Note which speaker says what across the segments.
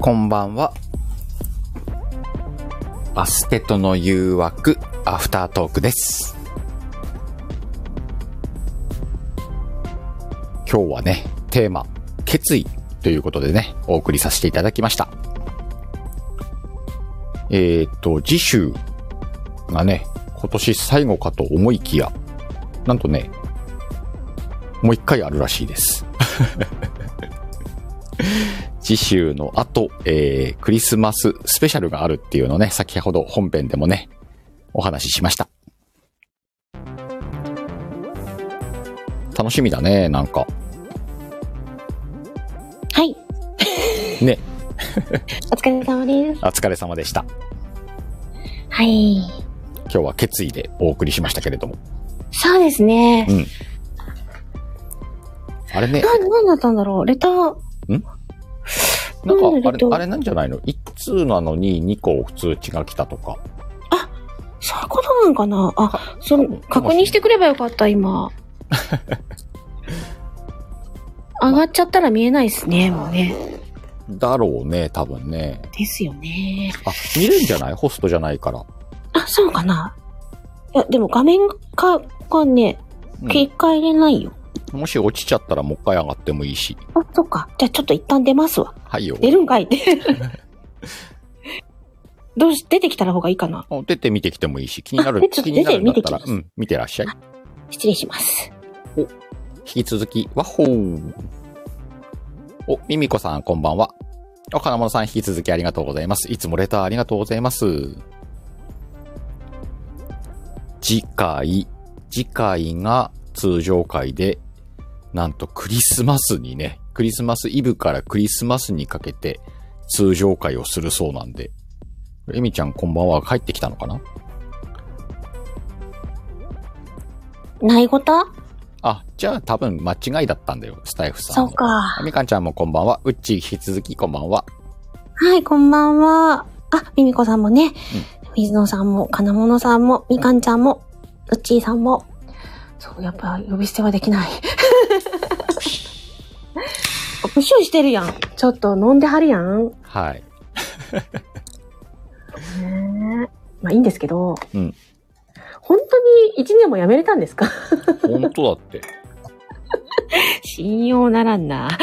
Speaker 1: こんばんは。バステとの誘惑、アフタートークです。今日はね、テーマ、決意ということでね、お送りさせていただきました。えーっと、次週がね、今年最後かと思いきや、なんとね、もう一回あるらしいです。次週の後、えー、クリスマススペシャルがあるっていうのをね、先ほど本編でもね、お話ししました。楽しみだね、なんか。
Speaker 2: はい。
Speaker 1: ね、
Speaker 2: お疲れ様です。
Speaker 1: お疲れ様でした。
Speaker 2: はい。
Speaker 1: 今日は決意でお送りしましたけれども。
Speaker 2: そうですね
Speaker 1: う。ん。あれね、
Speaker 2: な、なんだったんだろうレター。
Speaker 1: なんか
Speaker 2: な
Speaker 1: あ
Speaker 2: んで
Speaker 1: れ
Speaker 2: ど、う
Speaker 1: あれなんじゃないの ?1 通なのに2個普通血が来たとか。
Speaker 2: そういうことなんかなあ、そ
Speaker 1: かも
Speaker 2: の、確認してくればよかった、今。上がっちゃったら見えないですね、もうね。
Speaker 1: だろうね、多分ね。
Speaker 2: ですよね。
Speaker 1: あ、見れるんじゃないホストじゃないから。
Speaker 2: あ、そうかないや、でも画面か、がね、
Speaker 1: うん
Speaker 2: 切り替えれないよ。
Speaker 1: もし落ちちゃったらもう一回上がってもいいし。
Speaker 2: あ、そっか。じゃあちょっと一旦出ますわ。
Speaker 1: はいよ。
Speaker 2: 出るんかいって。どうし、出てきたら方がいいかな
Speaker 1: あ出て見てきてもいいし、気になる
Speaker 2: あ、出て
Speaker 1: 気になるんだったら、
Speaker 2: 出て見てきます
Speaker 1: うん、見てらっしゃい。
Speaker 2: 失礼します。
Speaker 1: 引き続き、ワッホーお、ミミコさん、こんばんは。お、金物さん、引き続きありがとうございます。いつもレターありがとうございます。次回、次回が通常回で、なんとクリスマスにね、クリスマスイブからクリスマスにかけて通常回をするそうなんで、エミちゃんこんばんは、帰ってきたのかな
Speaker 2: ないごた
Speaker 1: あ、じゃあ多分間違いだったんだよ、スタイフさん
Speaker 2: そ
Speaker 1: の。
Speaker 2: うか。
Speaker 1: みかんちゃんもこんばんは。うっちー引き続きこんばんは。
Speaker 2: はい、こんばんは。あ、ミミコさんもね、水野さんも、金物さんも、みかんちゃんも、うっちーさんも。そう、やっぱ呼び捨てはでき ない。あプシューしてるやん。ちょっと飲んではるやん。ね
Speaker 1: はい。
Speaker 2: えまあいいんですけど。
Speaker 1: うん
Speaker 2: 本当に一年も辞めれたんですか
Speaker 1: 本当だって。
Speaker 2: 信用ならん な。ね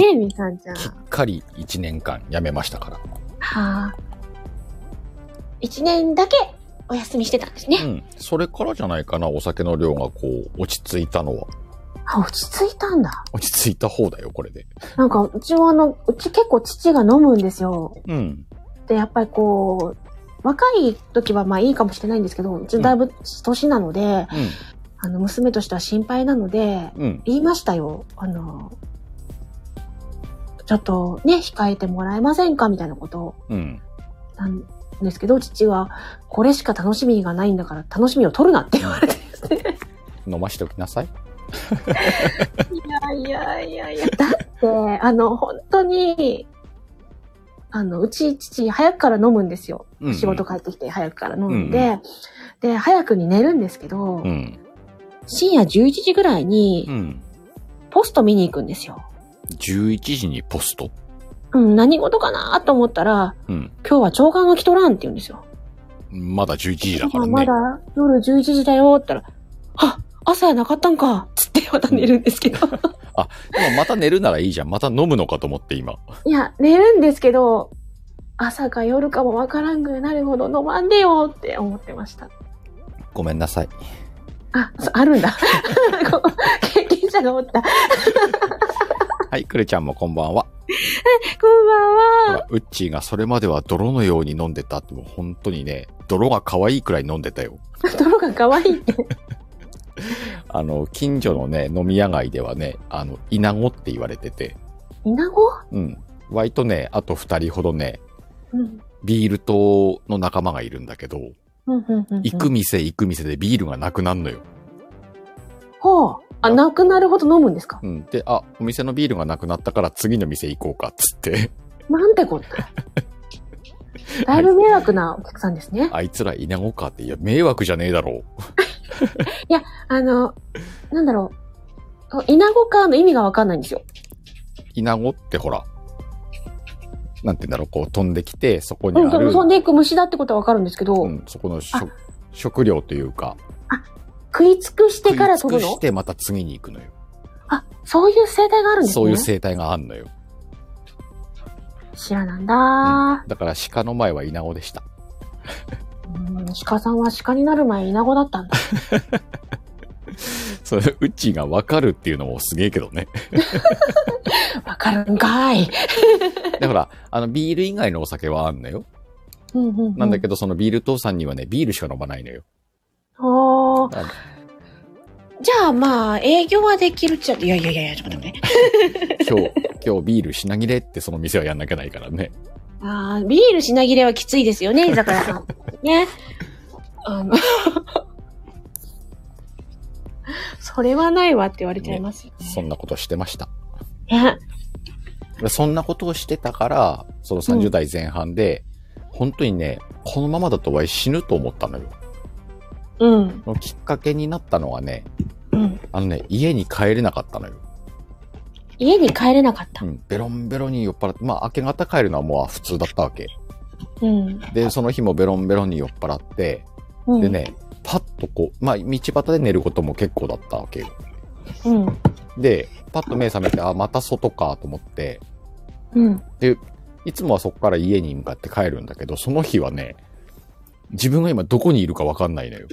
Speaker 2: え、みかんちゃん。
Speaker 1: きっかり1年間辞めましたから。
Speaker 2: はあ。一年だけお休みしてたんですね。
Speaker 1: うん。それからじゃないかな、お酒の量がこう、落ち着いたのは。
Speaker 2: あ、落ち着いたんだ。
Speaker 1: 落ち着いた方だよ、これで。
Speaker 2: なんか、うちはあの、うち結構父が飲むんですよ。
Speaker 1: うん。
Speaker 2: で、やっぱりこう、若い時はまあいいかもしれないんですけど、うちだいぶ年なので、あの、娘としては心配なので、
Speaker 1: うん。うん。
Speaker 2: 言いましたよ。あの、ちょっとね、控えてもらえませんかみたいなことを
Speaker 1: うん。
Speaker 2: なんですけど、父は、これしか楽しみがないんだから、楽しみを取るなって言われてですね。
Speaker 1: 飲ましておきなさい。
Speaker 2: いやいやいやいや。だって、あの、本当に、あの、うち父、早くから飲むんですよ。
Speaker 1: うん、
Speaker 2: 仕事帰ってきて早くから飲ん
Speaker 1: うん
Speaker 2: で。で、早くに寝るんですけど、
Speaker 1: うん。
Speaker 2: 深夜11時ぐらいに
Speaker 1: う、ん。
Speaker 2: ポスト見に行くんですよ。
Speaker 1: 11時にポスト。
Speaker 2: うん、何事かなと思ったら、
Speaker 1: うん。
Speaker 2: 今日は長官が来とらんって言うんですよ。
Speaker 1: まだ11時だからね。
Speaker 2: まだ夜11時だよって言ったら、あ、朝やなかったんかつってまた寝るんですけど。
Speaker 1: でもまた寝るならいいじゃん。また飲むのかと思って今。
Speaker 2: いや、寝るんですけど、朝か夜かもわからんぐなるほど飲まんでよって思ってました。
Speaker 1: ごめんなさい。
Speaker 2: あ、そうあるんだ。 こう経験者がおった。こ
Speaker 1: はい、くるちゃんもこんばんは。
Speaker 2: んば
Speaker 1: ほ
Speaker 2: んは。
Speaker 1: ら、ウッチーがそれまでは泥のように飲んでたって、もう本当にね、泥が可愛いくらい飲んでたよ。
Speaker 2: 泥が可愛いって。
Speaker 1: あの、近所のね、飲み屋街ではね、あの、イナゴって言われてて、
Speaker 2: イナゴ
Speaker 1: うん。割とね、あと二人ほどね、
Speaker 2: うん。
Speaker 1: ビール党の仲間がいるんだけど、
Speaker 2: うん、うん、うん。
Speaker 1: 行く店行く店でビールがなくなんのよ。
Speaker 2: ほう。あ、なくなるほど飲むんですか
Speaker 1: うん。で、あ、お店のビールがなくなったから次の店行こうかっつって、
Speaker 2: なんてことだ。だいぶ迷惑なお客さんですね。
Speaker 1: あいつらイナゴかって、いや、迷惑じゃねえだろ
Speaker 2: あの、なんだろう。イナゴかの意味がわかんないんですよ。
Speaker 1: う。イナゴってほら、なんて言うんだろう、こう飛んできて、そこに
Speaker 2: うん、
Speaker 1: あ
Speaker 2: そ
Speaker 1: る
Speaker 2: の、飛んでいく虫だってことはわかるんですけど、
Speaker 1: うん、そこの
Speaker 2: あ
Speaker 1: 食食料というか、
Speaker 2: 食い尽くしてから飛
Speaker 1: 食い
Speaker 2: ぶ
Speaker 1: 尽く
Speaker 2: の
Speaker 1: してまた次に行くのよ。
Speaker 2: あ、そういう生態があるんですね。
Speaker 1: そういう生態があんのよ。
Speaker 2: 知らなんだ、
Speaker 1: だから鹿の前はイナゴでした。
Speaker 2: うん鹿さんは鹿になる前イナゴだった んだ。
Speaker 1: それ、うちがわかるっていうのもすげえけど ね。
Speaker 2: わかるんかい。
Speaker 1: だから、あの、ビール以外のお酒はあんのよ。
Speaker 2: うんうん、うん。
Speaker 1: なんだけど、そのビール父さんにはね、ビールしか飲まないのよ。
Speaker 2: ど。
Speaker 1: あの
Speaker 2: じゃあまあ、営業はできるっちゃ、いやいやいやいや、ちょっと待ってね。
Speaker 1: 今日、今日ビール品切れってその店はやんなきゃないからね。
Speaker 2: あービール品切れはきついです よね、居酒屋さん。ね。あの、 それはないわって言われちゃいますよ
Speaker 1: そんなことしてました。
Speaker 2: ね。ね
Speaker 1: そんなことをしてたから、その30代前半で、本当にね、このままだとわい死ぬと思ったのよ。
Speaker 2: うん。
Speaker 1: そのきっかけになったのはね、
Speaker 2: うん。
Speaker 1: あのね、家に帰れなかったのよ。
Speaker 2: 家に帰れなかった
Speaker 1: う。ん、ベロンベロンに酔っ払って、まあ、明け方帰るのはもう普通だったわけ。
Speaker 2: うん。
Speaker 1: で、その日もベロンベロンに酔っ払って、
Speaker 2: うん
Speaker 1: で。ね、パッとこう、まあ、道端で寝ることも結構だったわけよ。
Speaker 2: うん。
Speaker 1: で、パッと目覚めて、あ、また外かと思って、
Speaker 2: うん。
Speaker 1: いつもはそこから家に向かって帰るんだけど、その日はね、自分が今どこにいるかわかんないのよ。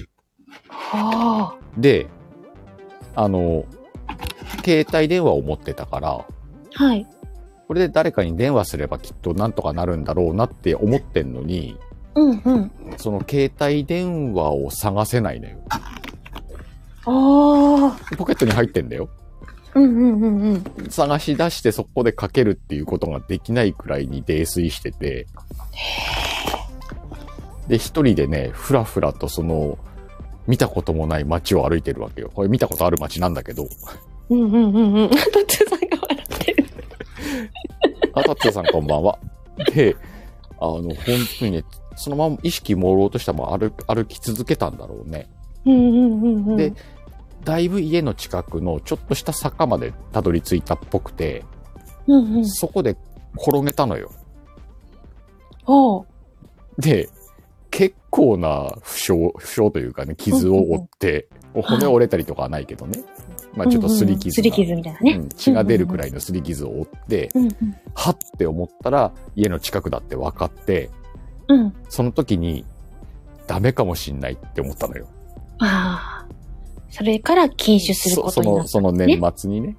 Speaker 2: ああ。
Speaker 1: で、あの、携帯電話を持ってたから、
Speaker 2: はい。
Speaker 1: これで誰かに電話すればきっとなんとかなるんだろうなって思ってんのに、
Speaker 2: うんうん。
Speaker 1: その携帯電話を探せないのよ。
Speaker 2: ああ。
Speaker 1: ポケットに入ってんだよ。
Speaker 2: うんうんうんうん。
Speaker 1: 探し出してそこでかけるっていうことができないくらいに泥酔してて。で、一人でね、ふらふらとその、見たこともない街を歩いてるわけよ。これ見たことある街なんだけど。
Speaker 2: うんうんうんうん。トッツーさんが笑ってる。
Speaker 1: あ、タッツーさんこんばんは。で、あの、本当にね、そのまま意識朦朧としたまま歩歩き続けたんだろうね。
Speaker 2: うんうんうんうん。
Speaker 1: で、だいぶ家の近くのちょっとした坂までたどり着いたっぽくて、
Speaker 2: うんうん。
Speaker 1: そこで転げたのよ。
Speaker 2: おう。
Speaker 1: で、結構な負傷、負傷というかね、傷を負って、骨折れたりとかはないけどね。まあちょっとすり傷
Speaker 2: す
Speaker 1: が。
Speaker 2: り傷みたいなね。
Speaker 1: うん血が出るくらいのすり傷を負って、
Speaker 2: うん
Speaker 1: はって思ったら、家の近くだって分かって、
Speaker 2: うん。うん。
Speaker 1: その時に、ダメかもしんないって思ったのよ。
Speaker 2: ああ。それから禁酒する
Speaker 1: そ
Speaker 2: こと
Speaker 1: そ
Speaker 2: にな
Speaker 1: の、
Speaker 2: っ
Speaker 1: その年末にね。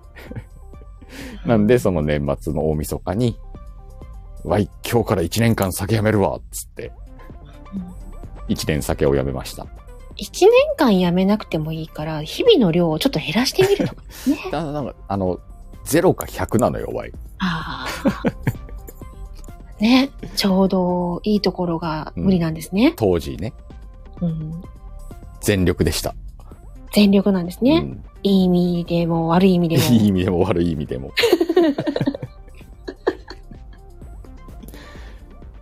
Speaker 1: なんで、その年末の大晦日に、わい、今日から1年間酒やめるわっつって、1年酒をやめました。
Speaker 2: 一、年間やめなくてもいいから、日々の量をちょっと減らしてみ るとかね。
Speaker 1: だなんか、あの、0か100なのよ、ワイ。
Speaker 2: ああ。ね。ちょうどいいところが無理なんですね。
Speaker 1: 当時ね。
Speaker 2: うん。
Speaker 1: 全力でした。
Speaker 2: 全力なんですね。
Speaker 1: うん
Speaker 2: いい意味でも悪い意味でも。
Speaker 1: いい意味でも悪い意味でも。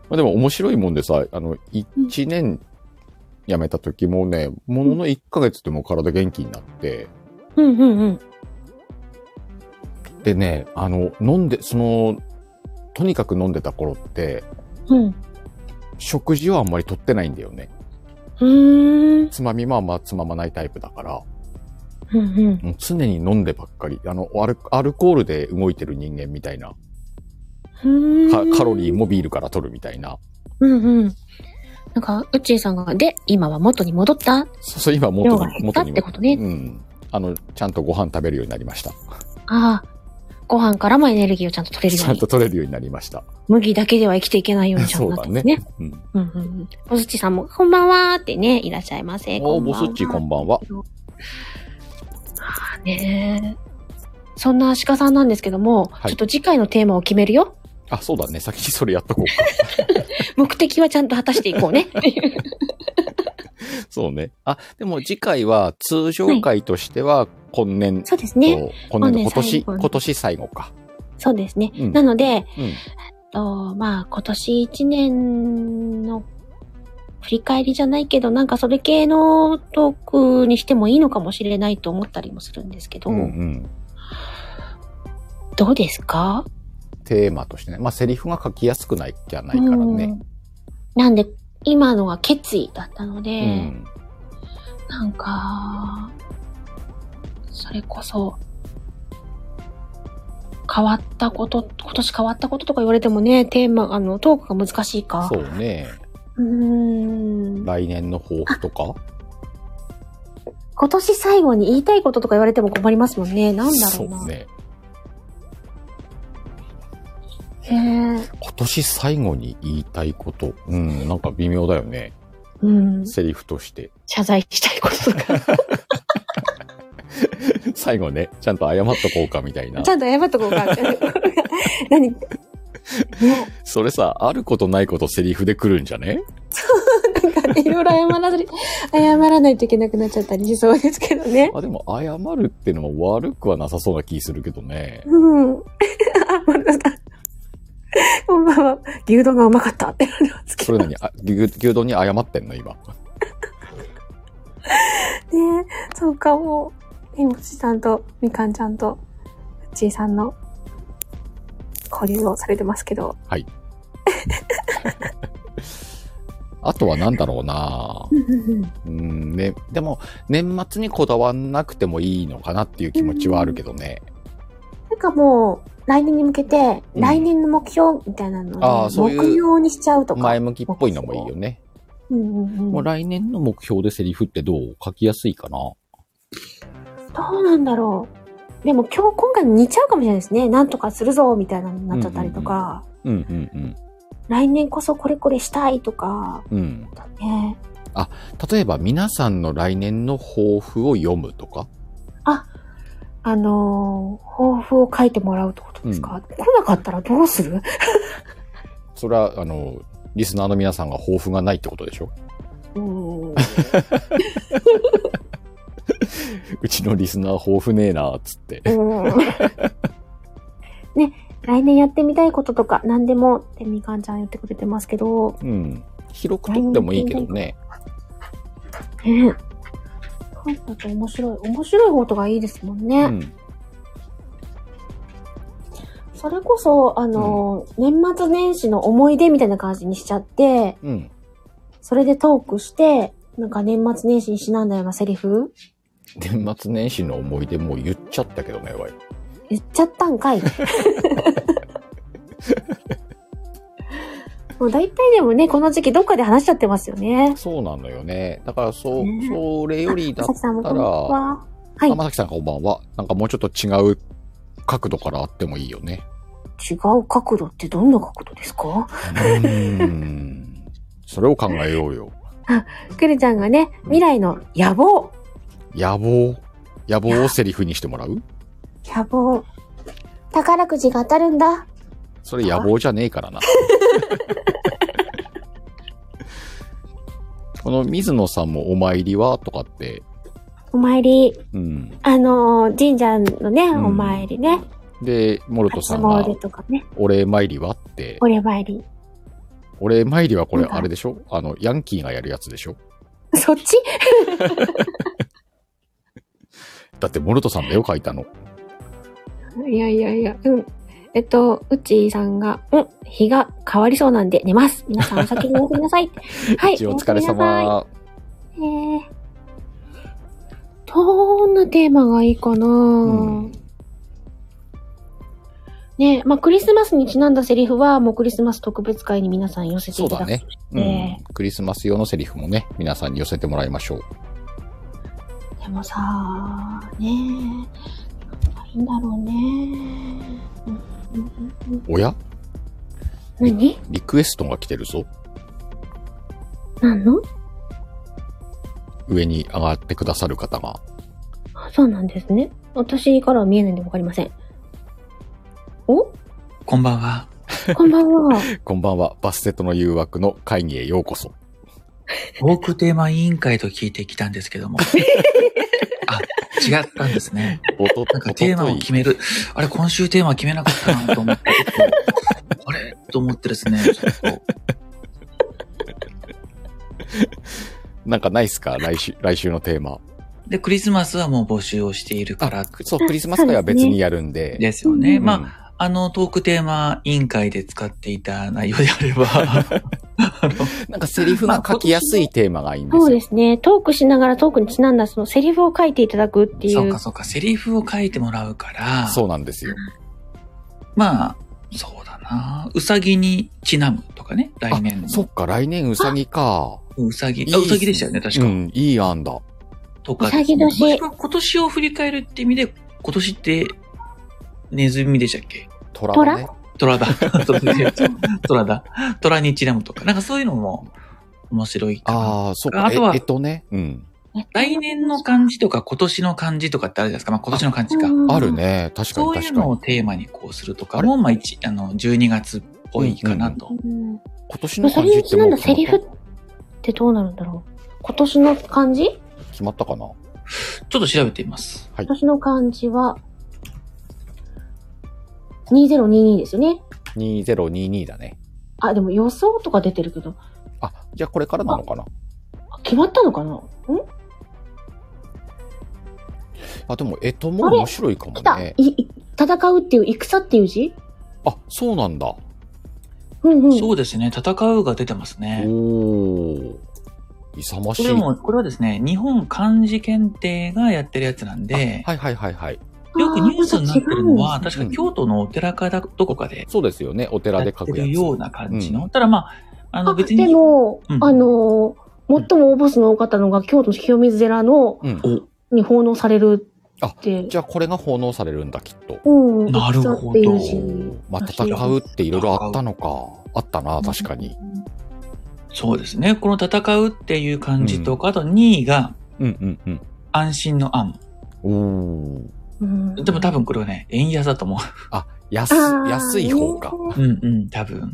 Speaker 1: まあでも面白いもんでさ、あの、1年辞めた時もね、ものの1ヶ月でもう体元気になって、
Speaker 2: うんうんうん。
Speaker 1: でね、あの、飲んで、その、とにかく飲んでた頃って、
Speaker 2: うん。
Speaker 1: 食事はあんまりとってないんだよね。
Speaker 2: うーん。
Speaker 1: つまみもあんまつままないタイプだから、
Speaker 2: うんうん。
Speaker 1: もう常に飲んでばっかり、あの、アルアルコールで動いてる人間みたいな、
Speaker 2: う
Speaker 1: カカロ
Speaker 2: ーん
Speaker 1: リーもビールから取るみたいな、
Speaker 2: うんうん。なんか、うっちーさんが、で、今は元に戻った
Speaker 1: そうそう、今元
Speaker 2: 量が
Speaker 1: に、
Speaker 2: 減っ
Speaker 1: 元
Speaker 2: たっ
Speaker 1: に
Speaker 2: てことね。
Speaker 1: うん。あの、ちゃんとご飯食べるようになりました。
Speaker 2: ああ、ご飯からもエネルギーをちゃんと取れる
Speaker 1: ち
Speaker 2: よう
Speaker 1: ゃん
Speaker 2: に。
Speaker 1: と取れるようになりました。
Speaker 2: 麦だけでは生きていけないようにちゃんとなったんですね。
Speaker 1: うん。
Speaker 2: うんうんうん。ボスッチさんも、こんばんはーってね、いらっしゃいませ。
Speaker 1: お
Speaker 2: こんばん
Speaker 1: ボ
Speaker 2: は
Speaker 1: スッチこんばんは。
Speaker 2: ねえそんな鹿さんなんですけども、
Speaker 1: はい
Speaker 2: ちょっと次回のテーマを決めるよ。
Speaker 1: あ、そうだね。先にそれやっとこ う
Speaker 2: 目的はちゃんと果たしていこうね。
Speaker 1: か。そうね。あ、でも次回は通常回としては、今年
Speaker 2: そうです
Speaker 1: と、
Speaker 2: ね。
Speaker 1: 今年度、
Speaker 2: もうね
Speaker 1: 今年、
Speaker 2: 最後に
Speaker 1: 今年最後か。
Speaker 2: そうですね。
Speaker 1: うん
Speaker 2: なの
Speaker 1: う
Speaker 2: で、
Speaker 1: ん。
Speaker 2: と、まあ、今年一年の振り返りじゃないけど、なんかそれ系のトークにしてもいいのかもしれないと思ったりもするんですけど、
Speaker 1: うんうん。
Speaker 2: どうですか
Speaker 1: テテーマとしてね。まあ、セリフが書きやすくないじゃないからね。
Speaker 2: うん。なんで、今のは決意だったので、
Speaker 1: うん。
Speaker 2: なんか、それこそ、変わったこと、今年変わったこととか言われてもね、テーマ、あの、トークが難しいか。
Speaker 1: そうね。
Speaker 2: うーん。
Speaker 1: 来年の抱負とか
Speaker 2: 今年最後に言いたいこととか言われても困りますもんね。なんだろうな。
Speaker 1: そうね。
Speaker 2: へえ。
Speaker 1: 今年最後に言いたいこと。うん、なんか微妙だよね。
Speaker 2: うん。
Speaker 1: セリフとして。
Speaker 2: 謝罪したいこととか。
Speaker 1: 最後ね、ちゃんと謝っとこうかみたいな
Speaker 2: ち。ゃんと謝っとこうか。 何 ね
Speaker 1: それさ、あることないことセリフで来るんじゃね
Speaker 2: なんかね、いろいろ謝らずに、謝らないといけなくなっちゃったりしそうですけどね。
Speaker 1: あ、でも謝るっていうのも悪くはなさそうな気するけどね。
Speaker 2: うん。 あ、丸田さん。こんばんは。牛丼がうまかったってなりますけ
Speaker 1: そ
Speaker 2: ど
Speaker 1: れ
Speaker 2: ね。
Speaker 1: 何あ牛牛丼に謝ってんの今。
Speaker 2: そうか、もう、ね、もちさんとみかんちゃんと、うっちーさんの交流をされてますけど。
Speaker 1: あとは何だろうなうん、ね。でも、年末にこだわんなくてもいいのかなっていう気持ちはあるけどね。
Speaker 2: なんかもう、来年に向けて、
Speaker 1: うん
Speaker 2: 来年の目標みたいなのをね、
Speaker 1: あーそういう
Speaker 2: 目標にしちゃうとか。
Speaker 1: 前向きっぽいのもいいよね。
Speaker 2: うんうんうん
Speaker 1: もう来年の目標でセリフってどう書きやすいかな
Speaker 2: どうなんだろう。でも今日、今回も似ちゃうかもしれないですね。なんとかするぞ、みたいなのになっちゃったりとか、
Speaker 1: うんうん
Speaker 2: 来年こそこれこれしたいとか、
Speaker 1: うん。うん。
Speaker 2: だね。
Speaker 1: 例えば、皆さんの来年の抱負を読むとか。
Speaker 2: あのー、抱負を書いてもらうってことですか、来なかったらどうす る
Speaker 1: それは、あの、リスナーの皆さんが抱負がないってことでしょ
Speaker 2: うーん。
Speaker 1: うちのリスナー抱負ねえな、つって。
Speaker 2: うんね、来年やってみたいこととか、何でもってみかんちゃん言ってくれてますけど、
Speaker 1: うん。広くとってもいいけどね。
Speaker 2: ね。そうだと面白い。面白いことがいいですもんね。
Speaker 1: うん。
Speaker 2: それこそ、あの、年末年始の思い出みたいな感じにしちゃって、
Speaker 1: うん。
Speaker 2: それでトークして、なんか年末年始にちなんだようなセリフ
Speaker 1: 年末年始の思い出もう言っちゃったけどね、わい。
Speaker 2: 言っちゃったんかい。 もう大体でもね、この時期どっかで話しちゃってますよね。
Speaker 1: そうなのよね。だから、そう、
Speaker 2: ね
Speaker 1: それよりだっ
Speaker 2: まさきさんも
Speaker 1: た
Speaker 2: こんばん
Speaker 1: ら、
Speaker 2: は。はい
Speaker 1: 浜崎さんこんばんは。なんかもうちょっと違う角度からあってもいいよね。
Speaker 2: 違う角度ってどんな角度ですか
Speaker 1: うん。 それを考えようよ。
Speaker 2: くるちゃんがね、未来の野望。
Speaker 1: 野望。野望をセリフにしてもらう
Speaker 2: 野望。宝くじが当たるんだ。
Speaker 1: それ野望じゃねえ からな。この水野さんもお参りはとかって、
Speaker 2: お参り。
Speaker 1: うん。
Speaker 2: あのー神社のね、
Speaker 1: ん
Speaker 2: お参りね。
Speaker 1: で、モルト
Speaker 2: 初
Speaker 1: さんが
Speaker 2: 詣、とかね。
Speaker 1: お礼参りはって、
Speaker 2: お礼参り。
Speaker 1: お礼参りはこれ
Speaker 2: なんか
Speaker 1: あれでしょあの、ヤンキーがやるやつでしょ
Speaker 2: そっち
Speaker 1: だってモルトさんだよ、書いたの。
Speaker 2: いやいやいや、うん。えっと、うちーさんが、うん、日が変わりそうなんで寝ます。皆さんお先におやすみな さい。はい。
Speaker 1: 一応お疲れ
Speaker 2: おや
Speaker 1: 様。
Speaker 2: すみなさい。えーどんなテーマがいいかな、
Speaker 1: うん。
Speaker 2: ねまあクリスマスにちなんだセリフは、もうクリスマス特別会に皆さん寄せて
Speaker 1: そう
Speaker 2: いた
Speaker 1: だ
Speaker 2: だく。
Speaker 1: ね。う
Speaker 2: ね
Speaker 1: ん。クリスマス用のセリフもね、皆さんに寄せてもらいましょう。
Speaker 2: でもさ、ねえ、いいんだろうね。うんうんうんうん
Speaker 1: おや
Speaker 2: 何
Speaker 1: リクエストが来てるぞ。
Speaker 2: 何の
Speaker 1: 上に上がってくださる方が。
Speaker 2: あそうなんですね。私からは見えないんでわかりません。お
Speaker 3: こんばんは。
Speaker 2: こんばん は。
Speaker 1: こんばんは。バスセットの誘惑の会議へようこそ。
Speaker 3: トークテーマ委員会と聞いてきたんですけど も。あ、違ったんですね。
Speaker 1: おと
Speaker 3: なんかテーマを決める。あれ、今週テーマ決めなかったなと思って、ちょっとあれと思ってですね、ちょっと。
Speaker 1: なんかないっすか来週、来週のテー マ。
Speaker 3: で、クリスマスはもう募集をしているから、
Speaker 1: そう、クリスマス会は別にやるんで。
Speaker 3: ですよね。
Speaker 1: うん
Speaker 3: まあのトークテーマ委員会で使っていた内容であれば、あの
Speaker 1: なんかセリフが書きやすいテーマがいいんですよ。
Speaker 2: そうですね。トークしながらトークにちなんだそのセリフを書いていただくってい
Speaker 3: そう
Speaker 2: う
Speaker 3: か。そうか、セリフを書いてもらうから、
Speaker 1: そうなんですよ。
Speaker 3: まあ、そうだな。うさぎにちなむとかね、来年の。
Speaker 1: そっか、来年うさぎか。
Speaker 3: うさぎ
Speaker 1: いい。っ
Speaker 3: あ、
Speaker 1: す
Speaker 3: うさぎでしたよね、確か。
Speaker 1: うん、いい案だ。
Speaker 3: とか。
Speaker 2: うさぎ年
Speaker 3: もしも今年を振り返るって意味で、今年って、ネズミでしたっけ
Speaker 1: 虎もね。
Speaker 3: 虎だ。虎だ。虎にちなむとか。なんかそういうのも面白いかな。
Speaker 1: ああ、そっか。
Speaker 3: あとは
Speaker 1: ええっとね。うん。
Speaker 3: 来年の漢字とか今年の漢字とかってあるじゃないですか。まあ今年の漢字か。
Speaker 1: ある。ね。確か
Speaker 3: そう
Speaker 1: に
Speaker 3: いう
Speaker 1: 確か
Speaker 3: のを
Speaker 1: に。
Speaker 3: テーマにこうするとかも、まあ一、あの、12月っぽいかなと。
Speaker 2: うん
Speaker 1: 今年
Speaker 2: うん
Speaker 1: の
Speaker 2: そ
Speaker 1: 感
Speaker 2: れ
Speaker 1: じっ
Speaker 2: に
Speaker 1: て
Speaker 2: ちな
Speaker 1: も
Speaker 2: ん
Speaker 1: う
Speaker 2: だ
Speaker 1: 決ま
Speaker 2: セリ
Speaker 1: っ
Speaker 2: フったてどうなるんだろう。今年の漢字
Speaker 1: 決まったかな
Speaker 3: ちょっと調べてみます。
Speaker 2: 今年の漢字は、2022ですよね。
Speaker 1: ?2022 だね。
Speaker 2: あ、でも予想とか出てるけど、
Speaker 1: あ、じゃあこれからなのかな
Speaker 2: あ決まったのかなん
Speaker 1: あ、でも、えとも面白いかも
Speaker 2: 来た、
Speaker 1: ね。
Speaker 2: いい戦うっていう、戦っていう字
Speaker 1: あ、そうなんだ。
Speaker 2: うんうん。
Speaker 3: そうですね。戦うが出てます
Speaker 1: お
Speaker 3: ね。
Speaker 1: ー。勇まし
Speaker 3: こ
Speaker 1: い。
Speaker 3: れも、これはですね、日本漢字検定がやってるやつなん
Speaker 1: あ
Speaker 3: で、
Speaker 1: はいはいはいはい。
Speaker 3: よくニュースになってるのは、
Speaker 2: あー
Speaker 3: 確か京都のお寺かどこかで
Speaker 1: そうですよね。お寺
Speaker 3: や
Speaker 1: で
Speaker 3: っ
Speaker 1: 書
Speaker 3: て
Speaker 1: くやつ。
Speaker 3: るような感じの。
Speaker 1: う
Speaker 3: ただまあ、あ
Speaker 2: あ
Speaker 3: の別
Speaker 2: で
Speaker 3: に、
Speaker 2: も、
Speaker 3: うん
Speaker 2: あのー、最も応募数の多かったのが、京都の清水寺の、
Speaker 1: うん。
Speaker 2: に奉納されるって。
Speaker 1: じゃあこれが奉納されるんだ、きっと。
Speaker 2: うん。
Speaker 3: なるほ
Speaker 2: 戦っ
Speaker 3: ど
Speaker 2: ていう字
Speaker 1: まあ、
Speaker 2: らし
Speaker 1: 戦
Speaker 2: いです
Speaker 1: うっていろいろあったのか。あったな、確かに。。
Speaker 3: そうですね。この戦うっていう漢字とか、あと2位が
Speaker 1: うんうん
Speaker 3: 安心の安。
Speaker 1: うん。おー。
Speaker 2: うん。
Speaker 3: でも多分これはね、円安だと思
Speaker 1: 安、
Speaker 2: あー
Speaker 1: 安い方か。
Speaker 3: う。うんうん、多分。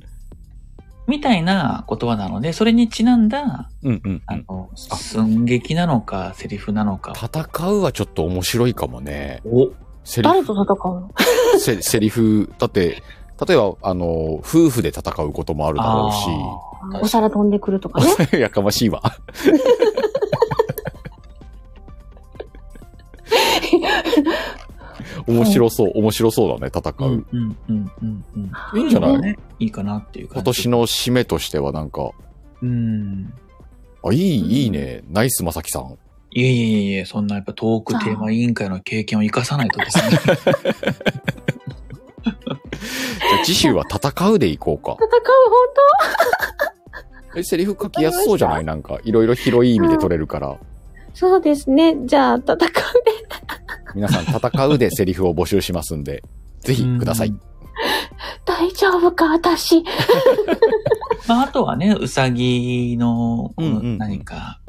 Speaker 3: みたいな言葉なので、それにちなんだ、
Speaker 1: うんうんう
Speaker 3: あ
Speaker 1: ん。
Speaker 3: の、
Speaker 1: あ
Speaker 3: 寸劇なのか、セリフなのか。
Speaker 1: 戦うはちょっと面白いかもね。
Speaker 3: お
Speaker 1: セリ
Speaker 2: 誰
Speaker 1: フ
Speaker 2: と戦うの
Speaker 1: セ、セリフ、だって、例えば、あの、夫婦で戦うこともあるだろう
Speaker 3: あー
Speaker 2: お皿飛んでくると かね。
Speaker 1: し、 やかまし いわ。面白そう、面白そうだね、戦う。
Speaker 3: うんうんうんうんうん。
Speaker 1: いいんじゃない
Speaker 3: いね。いいかなっていう
Speaker 1: 今
Speaker 3: 感じ。
Speaker 1: 年の締めとしてはなんか、
Speaker 3: うん。
Speaker 1: あ、いい、
Speaker 2: うん
Speaker 1: いいね。ナイス、まさきさん。
Speaker 3: いえいえいえ、そんなやっぱトークテーマ委員会の経験を生かさないとですね。
Speaker 1: じゃあ次週は戦うでいこうか。
Speaker 2: 戦う本
Speaker 1: え、セリフ書きやすそうじゃないなんか、いろいろ広い意味で取れるから。
Speaker 2: 当そうですね。じゃあ、戦うで。
Speaker 1: 皆さん、戦うでセリフを募集しますんで、ぜひください。
Speaker 3: うん
Speaker 2: 大丈夫か、私。
Speaker 3: まあ、あとはね、うさぎの、こ
Speaker 1: うん
Speaker 3: の
Speaker 1: うんうん
Speaker 3: 何か、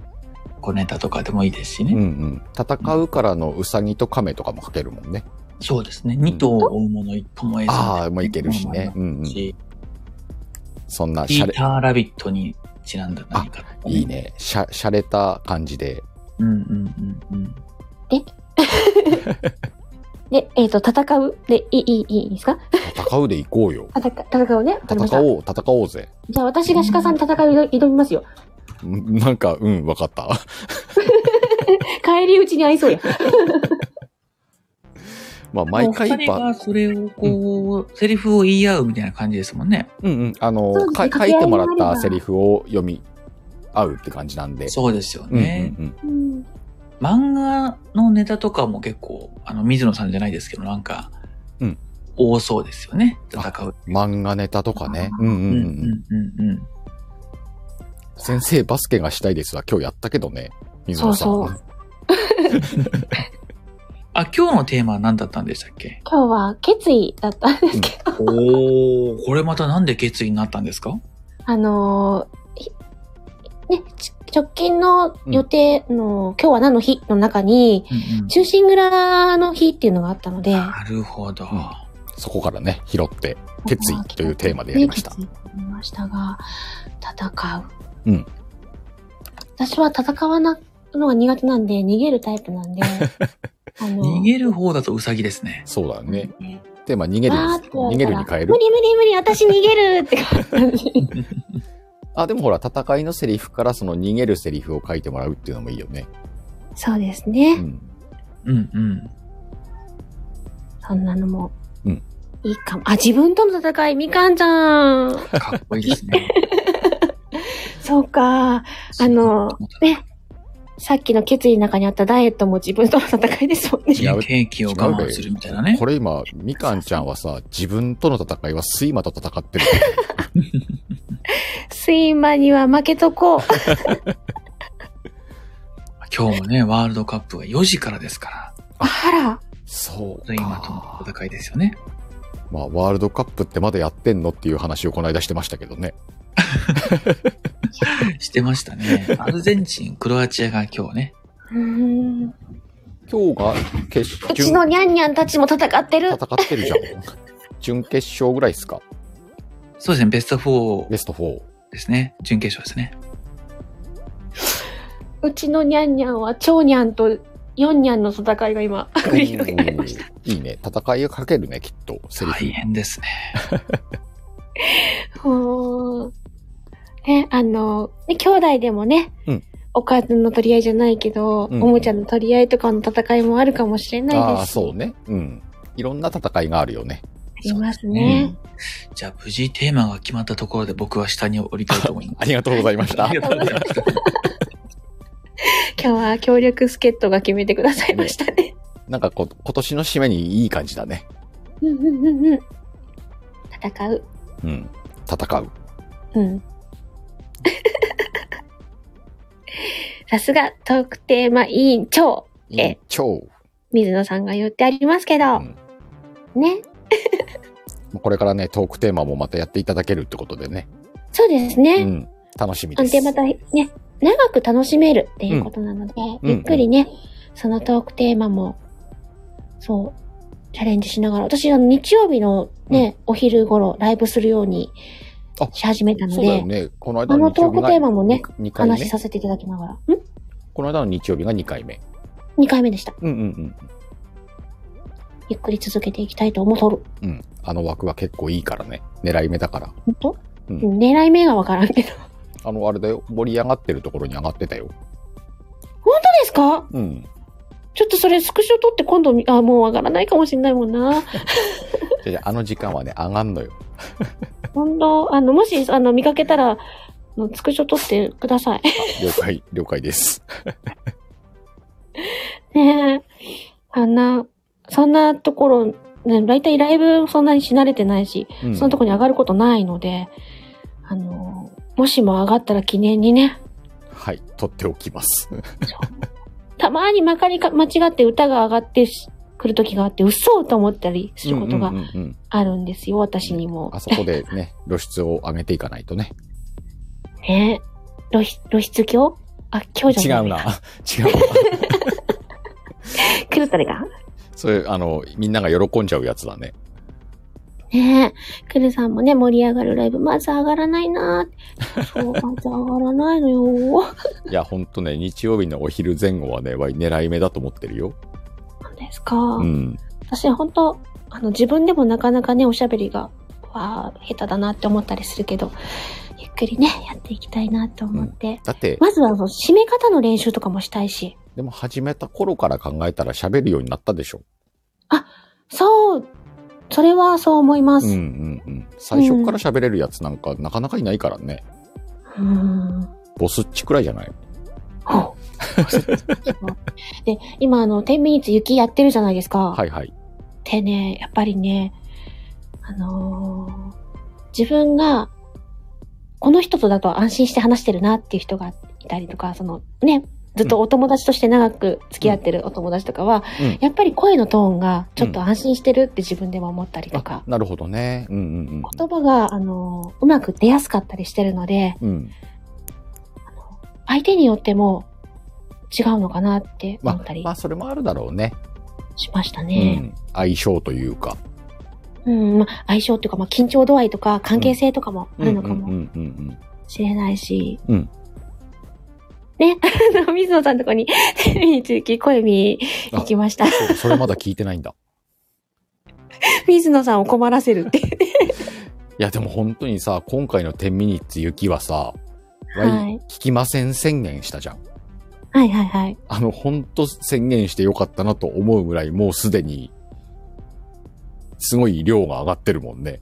Speaker 3: 小ネタとかでもいいですし
Speaker 1: うんう
Speaker 3: ね。
Speaker 1: ん。戦うからのうさぎと亀とかも書けるもんね。
Speaker 3: そうですね。二頭を追うもの一頭もえず。
Speaker 1: ああ、もういけるしね。うんうん。
Speaker 3: し
Speaker 1: そんな、
Speaker 3: ピ
Speaker 1: シャ
Speaker 3: ー
Speaker 1: レ
Speaker 3: タ、ー・ラビットにちなんだ何かとか、
Speaker 1: いい。ね。しゃ、しゃれた感じで。
Speaker 3: うんうんうんうん。
Speaker 2: で、えっ、と、戦う。で、いい、いい、いいですか
Speaker 1: 戦うでいこうよ。
Speaker 2: 戦戦うね。わかりまし
Speaker 1: 戦
Speaker 2: た。
Speaker 1: おう、戦おうぜ。
Speaker 2: じゃあ、私が鹿さんに戦いを挑みますよ。
Speaker 1: んなんか、うん、わかった。
Speaker 2: 帰り討ちに会いそうや。
Speaker 1: まあ、毎
Speaker 3: お
Speaker 1: 回
Speaker 3: 二
Speaker 1: ば
Speaker 3: 人がそれをこう、セリフを言い合うみたいな感じですもんね。
Speaker 1: うんうん。あの、
Speaker 2: そうですね
Speaker 1: か書
Speaker 2: 掛
Speaker 1: い
Speaker 2: け合い
Speaker 1: てもらっ
Speaker 2: があれ
Speaker 1: た
Speaker 2: ば
Speaker 1: セリフを読み合うって感じなんで。
Speaker 3: そうですよ
Speaker 1: うんうん
Speaker 3: ね。
Speaker 1: うん。
Speaker 2: うん
Speaker 3: 漫画のネタとかも結構、あの、水野さんじゃないですけど、なんか、
Speaker 1: うん
Speaker 3: 多そうですよね。戦う。
Speaker 1: 漫画ネタとかね。うん
Speaker 3: う
Speaker 1: うんん
Speaker 3: う
Speaker 1: うんん。
Speaker 3: うんうん。
Speaker 1: 先生、バスケがしたいですわ。今日やったけどね。水野さん。
Speaker 2: そうそう
Speaker 3: あ、今日のテーマは何だったんでしたっけ
Speaker 2: 今日は決意だったんですけど、
Speaker 3: おー、これまたなんで決意になったんですか
Speaker 2: あのーひね、ち直近の予定の、今日は何の日の中に、
Speaker 3: うんうん
Speaker 2: 中心蔵の日っていうのがあったので、
Speaker 3: なるほど。
Speaker 1: うんそこからね、拾って、決意というテーマでやりました。
Speaker 2: ね決意と言いましたが、戦う。
Speaker 1: うん
Speaker 2: 私は戦わなのが苦手なんで、逃げるタイ プなんで、あの
Speaker 3: 逃げる方だとウサギですね。
Speaker 1: そうだね。
Speaker 2: ね
Speaker 1: テーマ、逃げるに、
Speaker 2: わーって言わ
Speaker 1: 逃
Speaker 2: れ
Speaker 1: げ
Speaker 2: た
Speaker 1: る
Speaker 2: ら
Speaker 1: に変える
Speaker 2: 無。理無理無理、私逃げるって感じ。
Speaker 1: あ、でもほら、戦いのセリフからその逃げるセリフを書いてもらうっていうのもいいよ ね。
Speaker 2: そうです
Speaker 1: う
Speaker 2: ね。
Speaker 1: ん。
Speaker 3: うんうん。
Speaker 2: そんなのも、
Speaker 1: うん
Speaker 2: いいかも。あ、自分との戦い、みかんち ゃん。
Speaker 3: かっこいいですね。
Speaker 2: そうか。 あの、ね。さっきの決意の中にあったダイエットも自分との戦いですもん ね。
Speaker 1: 違う
Speaker 3: 人件費を我慢するみたいなね
Speaker 1: こ。れ今、みかんちゃんはさ、自分との戦いは睡魔と戦 ってる。
Speaker 2: 睡魔には負けと こう。
Speaker 3: 今日もね、ワールドカップが4時からですから。
Speaker 2: あら。
Speaker 1: そうか。
Speaker 3: 今との戦いですよね。
Speaker 1: まあ、ワールドカップってまだやってんのっていう話をこの間してましたけどね。
Speaker 3: してましたね。 アルゼンチン、クロアチアが今日ね。
Speaker 2: うーん。う
Speaker 1: 今日が決
Speaker 2: ち
Speaker 1: 準
Speaker 2: のニャンニャンたちも戦ってる。
Speaker 1: 戦って るじゃん。準決勝ぐらいですか
Speaker 3: そうですね、ベスト4
Speaker 1: ベスト4。
Speaker 3: ですね。準決勝ですね。
Speaker 2: うちのニャンニャンは、長ニャンとヨンニャンの戦いが今、繰り広げられました。
Speaker 1: いいね。戦いがかけるね、きっと。セリフ。
Speaker 3: 大変ですね。
Speaker 2: ほーね、あの、ね、兄弟でもね、
Speaker 1: うん
Speaker 2: おかずの取り合いじゃないけど、
Speaker 1: うん
Speaker 2: おもちゃの取り合いとかの戦いもあるかもしれない
Speaker 1: あ
Speaker 2: で
Speaker 1: あ、
Speaker 2: すし。
Speaker 1: そうね。うん。いろんな戦いがあるよね。
Speaker 2: あります
Speaker 3: う
Speaker 2: ね。
Speaker 3: んじゃあ、無事テーマが決まったところで僕は下に降りたいと思います。
Speaker 1: ありがとうございまし た
Speaker 3: あり。がとうございました。
Speaker 2: 今日は協力助っ人が決めてくださいましたね。
Speaker 1: なんかこう、今年の締めにいい感じだね。
Speaker 2: うんうんうんうん。戦う。
Speaker 1: うん。戦う。
Speaker 2: うん。 さすが、トークテーマ委員長、
Speaker 1: 委員長。
Speaker 2: 水野さんが言ってありますけ
Speaker 1: う
Speaker 2: ど、
Speaker 1: ん。
Speaker 2: ね。
Speaker 1: これからね、トークテーマもまたやっていただけるってことでね。
Speaker 2: そうですね。
Speaker 1: うん。楽しみで
Speaker 2: 安
Speaker 1: す。
Speaker 2: 定またね、長く楽しめるっていうことなので、
Speaker 1: うん
Speaker 2: ゆっくりね、そのトークテーマも、そう、チャレンジしながら、私、あの、日曜日のね、お昼頃、ライブするように
Speaker 1: あ
Speaker 2: し始めたの
Speaker 1: そうだ
Speaker 2: で、
Speaker 1: よね。この間
Speaker 2: あの
Speaker 1: 日曜日
Speaker 2: トー
Speaker 1: が
Speaker 2: クテーマもね、
Speaker 1: に二回
Speaker 2: 話
Speaker 1: 目
Speaker 2: し。させていただきながら。ん
Speaker 1: この間の日曜日が2回目。
Speaker 2: ?2 回目でした。
Speaker 1: うんうん
Speaker 2: ゆっくり続けていきたいと思うとる。
Speaker 1: うん。うん。あの枠は結構いいからね。狙い目だから。
Speaker 2: ほんと、
Speaker 1: うん
Speaker 2: 狙い目がわからんけど。 どう
Speaker 1: あの、あれだよ。盛り上がってるところに上がってたよ。
Speaker 2: ですか
Speaker 1: うん。
Speaker 2: ちょっとそれスクショ撮って今度見、あ、もうわからないかもしれないもんな。
Speaker 1: じゃあじゃあ、あの時間はね、上がんのよ。
Speaker 2: 本当あの、もし、あの、見かけたら、あのスクショ撮ってください。
Speaker 1: あ了解、了解です。
Speaker 2: ねえ。 あんな、そんなところ、ね、大体ライブそんなにし慣れてないし、
Speaker 1: うん
Speaker 2: そのとこに上がることないので、あの、もしも上がったら記念にね、
Speaker 1: はい、取っておきます。
Speaker 2: たまにまかりか間違って歌が上がってしくる時があって、嘘と思ったりすること
Speaker 1: う
Speaker 2: が
Speaker 1: んうんうんうん
Speaker 2: あるんですよ、私にも
Speaker 1: あ。そこでね、露出を上げていかないとね。
Speaker 2: ねえ。露出露出鏡あ、
Speaker 1: 違
Speaker 2: 鏡じゃ
Speaker 1: う
Speaker 2: ない。
Speaker 1: な。。違うな。
Speaker 2: 来るそれが。
Speaker 1: そういう、あの、みんなが喜んじゃうやつだね。
Speaker 2: ねえ、クルさんもね、盛り上がるライブ、まず上がらないなぁ。そう、まず上がらないのよ。 ない
Speaker 1: や、ほんとね、日曜日のお昼前後はね、わい狙い目だと思ってるよ。
Speaker 2: んですか。
Speaker 1: うん。
Speaker 2: 私、ほんと、あの、自分でもなかなかね、おしゃべりが、わあ、下手だなって思ったりするけど、ゆっくりね、やっていきたいなと思って。
Speaker 1: だって、
Speaker 2: まずは、その、締め方の練習とかもしたいし。
Speaker 1: でも始めた頃から考えたら喋るようになったでしょ。
Speaker 2: そう、それはそう思いま
Speaker 1: う
Speaker 2: す。
Speaker 1: んう
Speaker 2: うん
Speaker 1: うん。最初から喋れるやつなんかなかなかいないからね。
Speaker 2: ーん
Speaker 1: ボスっちくらいじゃない
Speaker 2: ほうで、今、あの、天秤率雪やってるじゃないですか。
Speaker 1: はいはい。
Speaker 2: ってね、やっぱりね、あのー自分が、この人とだと安心して話してるなっていう人がいたりとか、そのね、ずっとお友達として長く付き合ってるお友達とかは、
Speaker 1: うん
Speaker 2: やっぱり声のトーンがちょっと安心してるって自分でも思ったりと
Speaker 1: あ
Speaker 2: か、、
Speaker 1: なるほどね。うんうん
Speaker 2: 言葉が、あのーうまく出やすかったりしてるので、
Speaker 1: うん。うん。
Speaker 2: 相手によっても違うのかなって思
Speaker 1: ま
Speaker 2: った
Speaker 1: あ、
Speaker 2: り
Speaker 1: まあ、それもあるだろうね。
Speaker 2: しました
Speaker 1: う
Speaker 2: ね。
Speaker 1: ん。相性というか。
Speaker 2: うん、まあ、相性っていうか、まあ、緊張度合いとか、関係性とかもあるのか
Speaker 1: うんう
Speaker 2: も
Speaker 1: んうんうんうん。
Speaker 2: しれないし。
Speaker 1: うん
Speaker 2: ね、あの、水野さんのとこに、テレビに続き、声見行きました。
Speaker 1: そうそれまだ聞いてないんだ。
Speaker 2: 水野さんを困らせるって。
Speaker 1: いや、でも本当にさ、今回の10ミニッツ雪はさ、わい
Speaker 2: はい
Speaker 1: 聞きません宣言したじゃん。
Speaker 2: はいはいはい。
Speaker 1: あの、本当宣言してよかったなと思うぐらい、もうすでに、すごい量が上がってるもんね。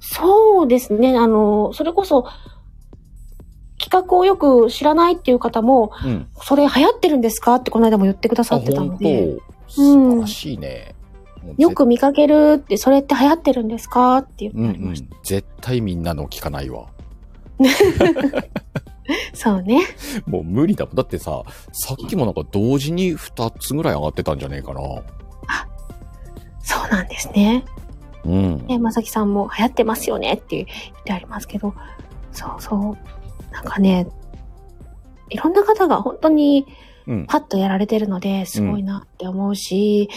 Speaker 2: そうですね。あの、それこそ、企画をよく知らないっていう方も、
Speaker 1: うん。
Speaker 2: それ流行ってるんですかってこの間も言ってくださ
Speaker 1: あ、
Speaker 2: ってたの
Speaker 1: 本
Speaker 2: で、
Speaker 1: 当。素晴らしいね。もう
Speaker 2: よく見かけるって、それって流行ってるんですかって言ってありました。
Speaker 1: 絶対みんなの聞かないわ。
Speaker 2: そうね。
Speaker 1: もう無理だもん。だってさ、さっきもなんか同時に2つぐらい上がってたんじゃねえかな。
Speaker 2: そうなんですね。
Speaker 1: うん。
Speaker 2: ね、まさきさんも流行ってますよねって言ってありますけど、そうそう。なんかね、いろんな方が本当に
Speaker 1: うん。
Speaker 2: パッとやられてるので、すごいなって思うし、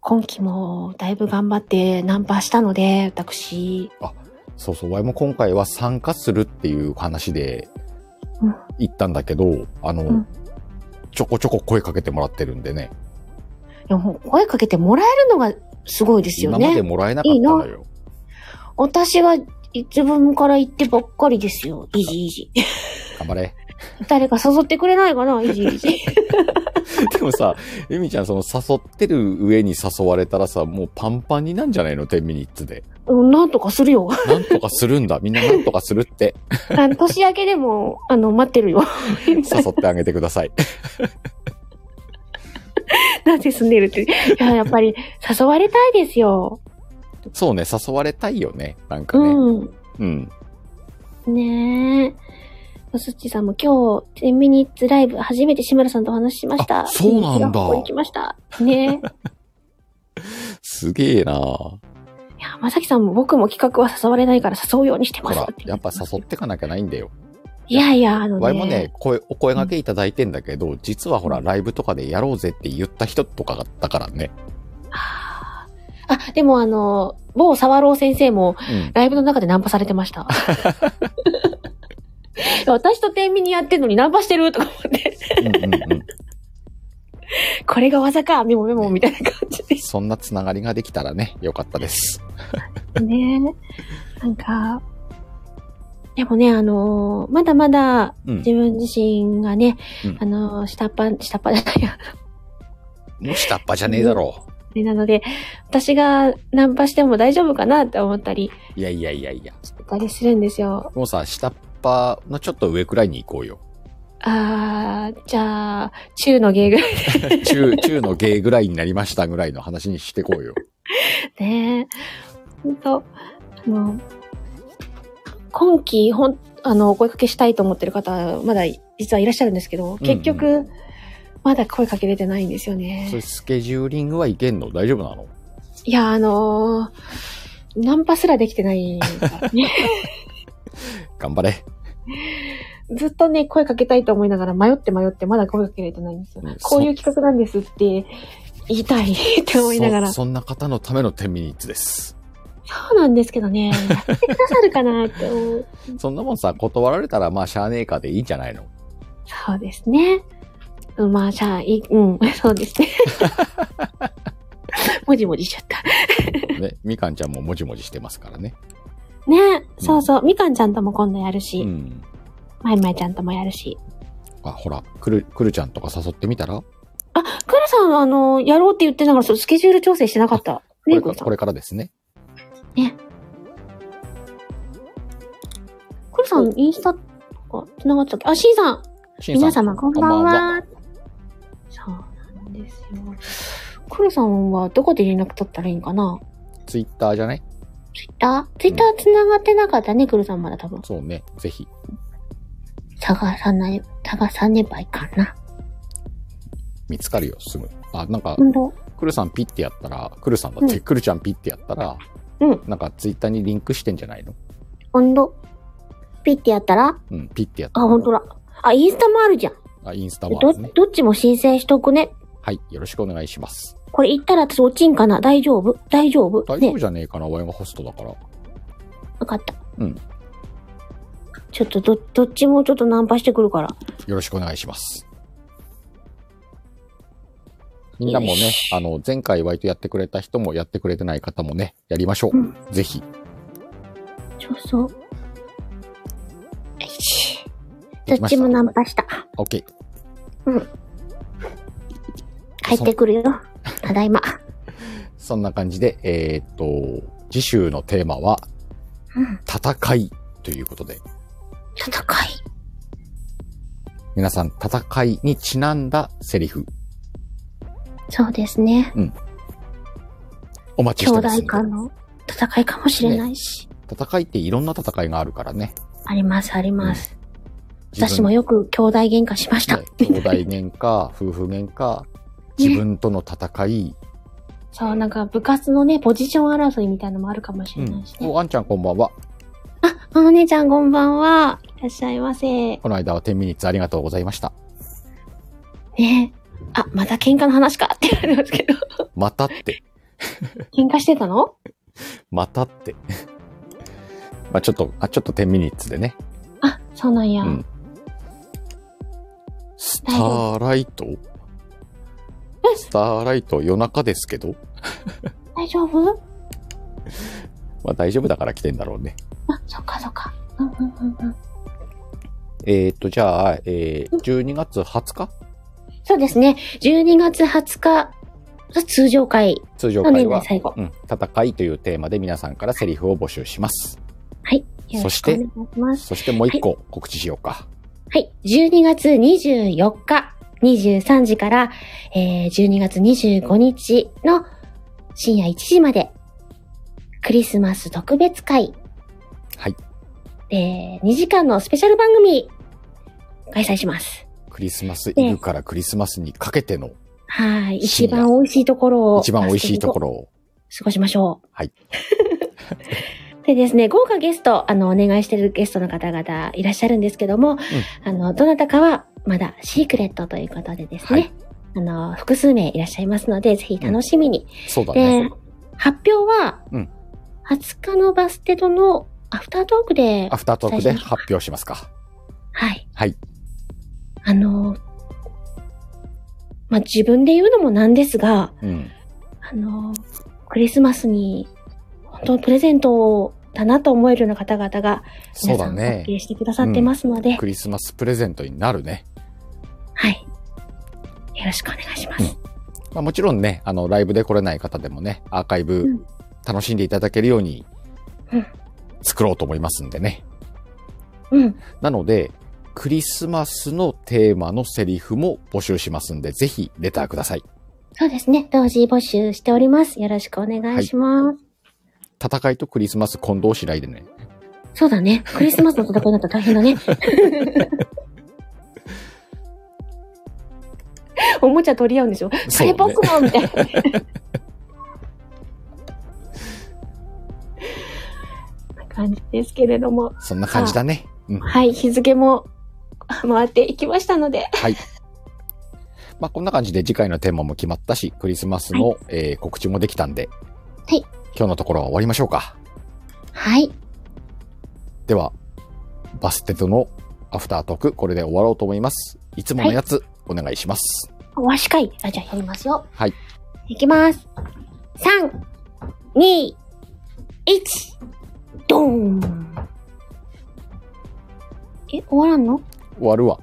Speaker 2: 今期もだいぶ頑張ってナンパしたので、私、
Speaker 1: そうそう。わいも今回は参加するっていう話で
Speaker 2: うん
Speaker 1: 行ったんだけど、あの、
Speaker 2: うん
Speaker 1: ちょこちょこ声かけてもらってるんでね。
Speaker 2: いやもう声かけてもらえるのがすごいですよ
Speaker 1: 今まで
Speaker 2: ね。
Speaker 1: もらえなかったのよ。
Speaker 2: 私は自分から言ってばっかりですよ。いじいじ。
Speaker 1: 頑張れ。
Speaker 2: 誰か誘ってくれないかないじいじ。
Speaker 1: でもさ、エミちゃんその誘ってる上に誘われたらさ、もうパンパンになんじゃないの ?10 ミニッツで。
Speaker 2: うんなんとかするよ。
Speaker 1: なんとかするんだ。みんななんとかするって。
Speaker 2: あの年明けでも、あの、待って るよ。
Speaker 1: 誘ってあげてください。
Speaker 2: なんで住んでるって。いや、やっぱり誘われたいですよ。
Speaker 1: そうね、誘われたいよね。なんかね。
Speaker 2: うん。
Speaker 1: うん。
Speaker 2: ねえ。すっちさんも今日、10ミニッツライブ、初めて志村さんとお話ししました。
Speaker 1: あそうなんだ
Speaker 2: ここに来ました。ねえ。
Speaker 1: すげえなほ
Speaker 2: いや、まさきさんも僕も企画は誘われないから誘うようにしてます
Speaker 1: ら、やっぱ誘ってかなきゃないんだよ。
Speaker 2: いやいや、あのね。
Speaker 1: わいもね、声、お声掛けいただいてんだけど、実はほら、ライブとかでやろうぜって言った人とかだったからね。
Speaker 2: あー。あ、でもあの、某沢朗先生も
Speaker 1: うん。
Speaker 2: ライブの中でナンパされてま した。私と天秤にやってんのにナンパしてるとか思って、
Speaker 1: うんうんうん。
Speaker 2: これが技か、メモメモみたいな感じで
Speaker 1: そんなつながりができたらね、よかったです。
Speaker 2: ね。なんか、でもね、あのーまだまだ
Speaker 1: うん
Speaker 2: 自。分自身がね、
Speaker 1: うん
Speaker 2: あのー下っ端、下っ端じゃないや、あ
Speaker 1: もう下っ端じゃねえだろ
Speaker 2: れなので、私がナンパしても大丈夫かなって思ったり
Speaker 1: う。いやいやいやいや。
Speaker 2: したりするんですよ。
Speaker 1: もうさ、下っ端のちょっと上くらいに行こうよ。
Speaker 2: あー、じゃあ、中の芸ぐらい
Speaker 1: 中、 中の芸ぐらいになりましたぐらいの話にしてこうよ。
Speaker 2: ね。ほんと、あの、今期、ほん、あの、お声かけしたいと思ってる方、まだ実はいらっしゃるんですけど、結局、まだ声かけれてないんですよね。
Speaker 1: それスケジューリングはいけんの大丈夫なの
Speaker 2: いや、あのーナンパすらできてないからね、
Speaker 1: 頑張れ。
Speaker 2: ずっとね、声かけたいと思いながら迷って迷ってまだ声かけられてないんですよ
Speaker 1: うん。
Speaker 2: こういう企画なんですって言いたいって思いながら。
Speaker 1: そ
Speaker 2: そ
Speaker 1: そんな方のための10ミニッツです。
Speaker 2: うなんですけどね、やってくださるかなって思う。
Speaker 1: そんなもんさ、断られたらまあしゃーねえかでいいんじゃないの
Speaker 2: そうですね。うんまあ、じゃあ、いい、うん、 そうで すね。もじもじしちゃった。
Speaker 1: ね、みかんちゃんももじもじしてますからね。
Speaker 2: ね、そうそう、みかんちゃんとも今度やる
Speaker 1: う
Speaker 2: し、
Speaker 1: ん。
Speaker 2: まいまいちゃんともやるし。
Speaker 1: あ、ほら、くる、くるちゃんとか誘ってみたら
Speaker 2: あ、クラさん、あの、やろうって言ってながら、そうスケジュール調整してなかった。
Speaker 1: こ
Speaker 2: ね
Speaker 1: れ
Speaker 2: こ
Speaker 1: か
Speaker 2: さん
Speaker 1: こ。れからですね。
Speaker 2: クルさん、インスタとか繋がっちゃった。あ、シンさん
Speaker 1: しんさ
Speaker 2: 皆様、こんばんは。そうなんですよ。クルさんはどこで連絡取ったらいいんかな
Speaker 1: ツイッターじゃない
Speaker 2: ツイッターツイッター繋がってなかったね、クルさんまだ多分。
Speaker 1: そうね。ぜひ。
Speaker 2: 探さない、探さねばいかな。
Speaker 1: 見つかるよ、すぐ。あ、なんか
Speaker 2: ほ、んと
Speaker 1: くるさんピッてやったら、くるさんだって、
Speaker 2: う
Speaker 1: くるちゃんピッてやったら、
Speaker 2: うん
Speaker 1: なんかツイッターにリンクしてんじゃないの
Speaker 2: ほんとピッてやったら
Speaker 1: うん、ピッてやった
Speaker 2: あ、
Speaker 1: ら。
Speaker 2: ほんとだ。あ、インスタもあるじゃん。
Speaker 1: あ、インスタもあ
Speaker 2: ど、
Speaker 1: るね。
Speaker 2: どっちも申請しとくね。
Speaker 1: はい、よろしくお願いします。
Speaker 2: これ言ったら私落ちんかな大丈夫大丈夫
Speaker 1: 大丈
Speaker 2: ね
Speaker 1: 夫じゃねえかな、ワイがホストだから。
Speaker 2: わかった。
Speaker 1: うん。
Speaker 2: ちょっとど、どっちもちょっとナンパしてくるから。
Speaker 1: よろしくお願いします。みんなもね
Speaker 2: よし、
Speaker 1: あの、前回割とやってくれた人もやってくれてない方もね、やりましょう。
Speaker 2: うん
Speaker 1: ぜひ。
Speaker 2: そうそう。よいし
Speaker 1: でき
Speaker 2: ど
Speaker 1: ま
Speaker 2: っ
Speaker 1: し
Speaker 2: ち
Speaker 1: た
Speaker 2: もナンパした。
Speaker 1: OK。
Speaker 2: 帰ってくるよ。ただいま。
Speaker 1: そんな感じで、えーっと、次週のテーマは、
Speaker 2: うん。
Speaker 1: 戦いということで、
Speaker 2: 戦い。
Speaker 1: 皆さん戦いにちなんだセリフ、
Speaker 2: そうですね。
Speaker 1: お待ち
Speaker 2: 兄
Speaker 1: してますん
Speaker 2: 弟
Speaker 1: で。
Speaker 2: 間の戦いかもしれないし。
Speaker 1: 戦いっていろんな戦いがあるからね。
Speaker 2: あります、あります。私も
Speaker 1: よ
Speaker 2: よく兄弟喧嘩しました。
Speaker 1: 兄弟喧嘩、夫婦喧嘩、自分との戦い、
Speaker 2: そう、なんか部活のね、ポジション争いみたいなのもあるかもし
Speaker 1: う
Speaker 2: れ
Speaker 1: ん
Speaker 2: ないし。ね。
Speaker 1: お、あんちゃんこんばんは。
Speaker 2: あ、お姉ちゃんこんばんは。いらっしゃいませ。
Speaker 1: この間は10ミニッツありがとうございました。
Speaker 2: ねあ、また喧嘩の話かって言われますけど。
Speaker 1: またって、
Speaker 2: 喧嘩してたの
Speaker 1: またって。 まあちょっと、あ、ちょっと10ミニッツでね。
Speaker 2: あ、そうなんや。
Speaker 1: うんスターライトスターライト夜中ですけど、
Speaker 2: 大丈夫
Speaker 1: まあ大丈夫だから来てんだろうね。
Speaker 2: あ、そっかそっか。うんうんうんうん。
Speaker 1: えー、っと、じゃあ、えー、12月20日
Speaker 2: そうですね。12月20日、通常会
Speaker 1: 通常
Speaker 2: の
Speaker 1: 会
Speaker 2: 年
Speaker 1: は
Speaker 2: 内、最後。
Speaker 1: うん、戦いというテーマで皆さんからセリフを募集します。
Speaker 2: はい。よろ
Speaker 1: そ
Speaker 2: し
Speaker 1: し
Speaker 2: くお
Speaker 1: て
Speaker 2: 願いします。
Speaker 1: そしてもう一個告知しようか。
Speaker 2: はい。12月24日、23時から、えー、12月25日の深夜1時まで、クリスマス特別会。
Speaker 1: はい。
Speaker 2: えー、2時間のスペシャル番組、開催します。
Speaker 1: クリスマスイブからクリスマスにかけての
Speaker 2: はい。一
Speaker 1: 深夜
Speaker 2: 番美味しいところを。
Speaker 1: 一番美味しいところを。
Speaker 2: 過ごしましょう。
Speaker 1: はい。
Speaker 2: でですね、豪華ゲスト、あの、お願いしてるゲストの方々いらっしゃるんですけども、あの、どなたかはまだシークレットということでですね、
Speaker 1: はい
Speaker 2: あの、複数名いらっしゃいますので、ぜひ楽しみに。
Speaker 1: そうだ
Speaker 2: で、
Speaker 1: ね。
Speaker 2: 発表は、
Speaker 1: うん
Speaker 2: 20日のバステとのアフタートークで
Speaker 1: ア、フタートークで発表しますか。
Speaker 2: はい。
Speaker 1: はい。
Speaker 2: あの、まあ、自分で言うのもなんですが、
Speaker 1: うん。
Speaker 2: あの、クリスマスに、本当にプレゼントだなと思えるような方々が、
Speaker 1: そうだ
Speaker 2: 皆さん
Speaker 1: ね
Speaker 2: 発。見してくださってますので、
Speaker 1: クリスマスプレゼントになるね。
Speaker 2: はい。よろしくお願いします。
Speaker 1: うんまあ、もちろんね、あの、ライブで来れない方でもね、アーカイブ楽しんでいただけるように
Speaker 2: うん
Speaker 1: 作ろうと思いますんでね。
Speaker 2: うん。
Speaker 1: なので、クリスマスのテーマのセリフも募集しますんで、ぜひレターください。
Speaker 2: そうですね。同時募集しております。よろしくお願いします。
Speaker 1: 戦いとクリスマス混同しないで ね。
Speaker 2: そうだね。クリスマスの戦いだったら大変 だね。おもちゃ取り合うんでしょそれ僕もみたいな。な感じですけれども。
Speaker 1: そんな感じだね。うん。
Speaker 2: はい、日付も回っていきましたので。
Speaker 1: はい。まあ、こんな感じで次回のテーマも決まったし、クリスマスの、えー告知もできたんで、
Speaker 2: はい
Speaker 1: 今日のところは終わりましょうか。
Speaker 2: はい。
Speaker 1: では、バステとのアフタートーク、これで終わろうと思います。いつものやつ、お願いします。
Speaker 2: わしかい。あ、じゃあやりますよ。
Speaker 1: はい。
Speaker 2: いきます。3、2、1、ドーン。え、終わらんの
Speaker 1: 終わるわ。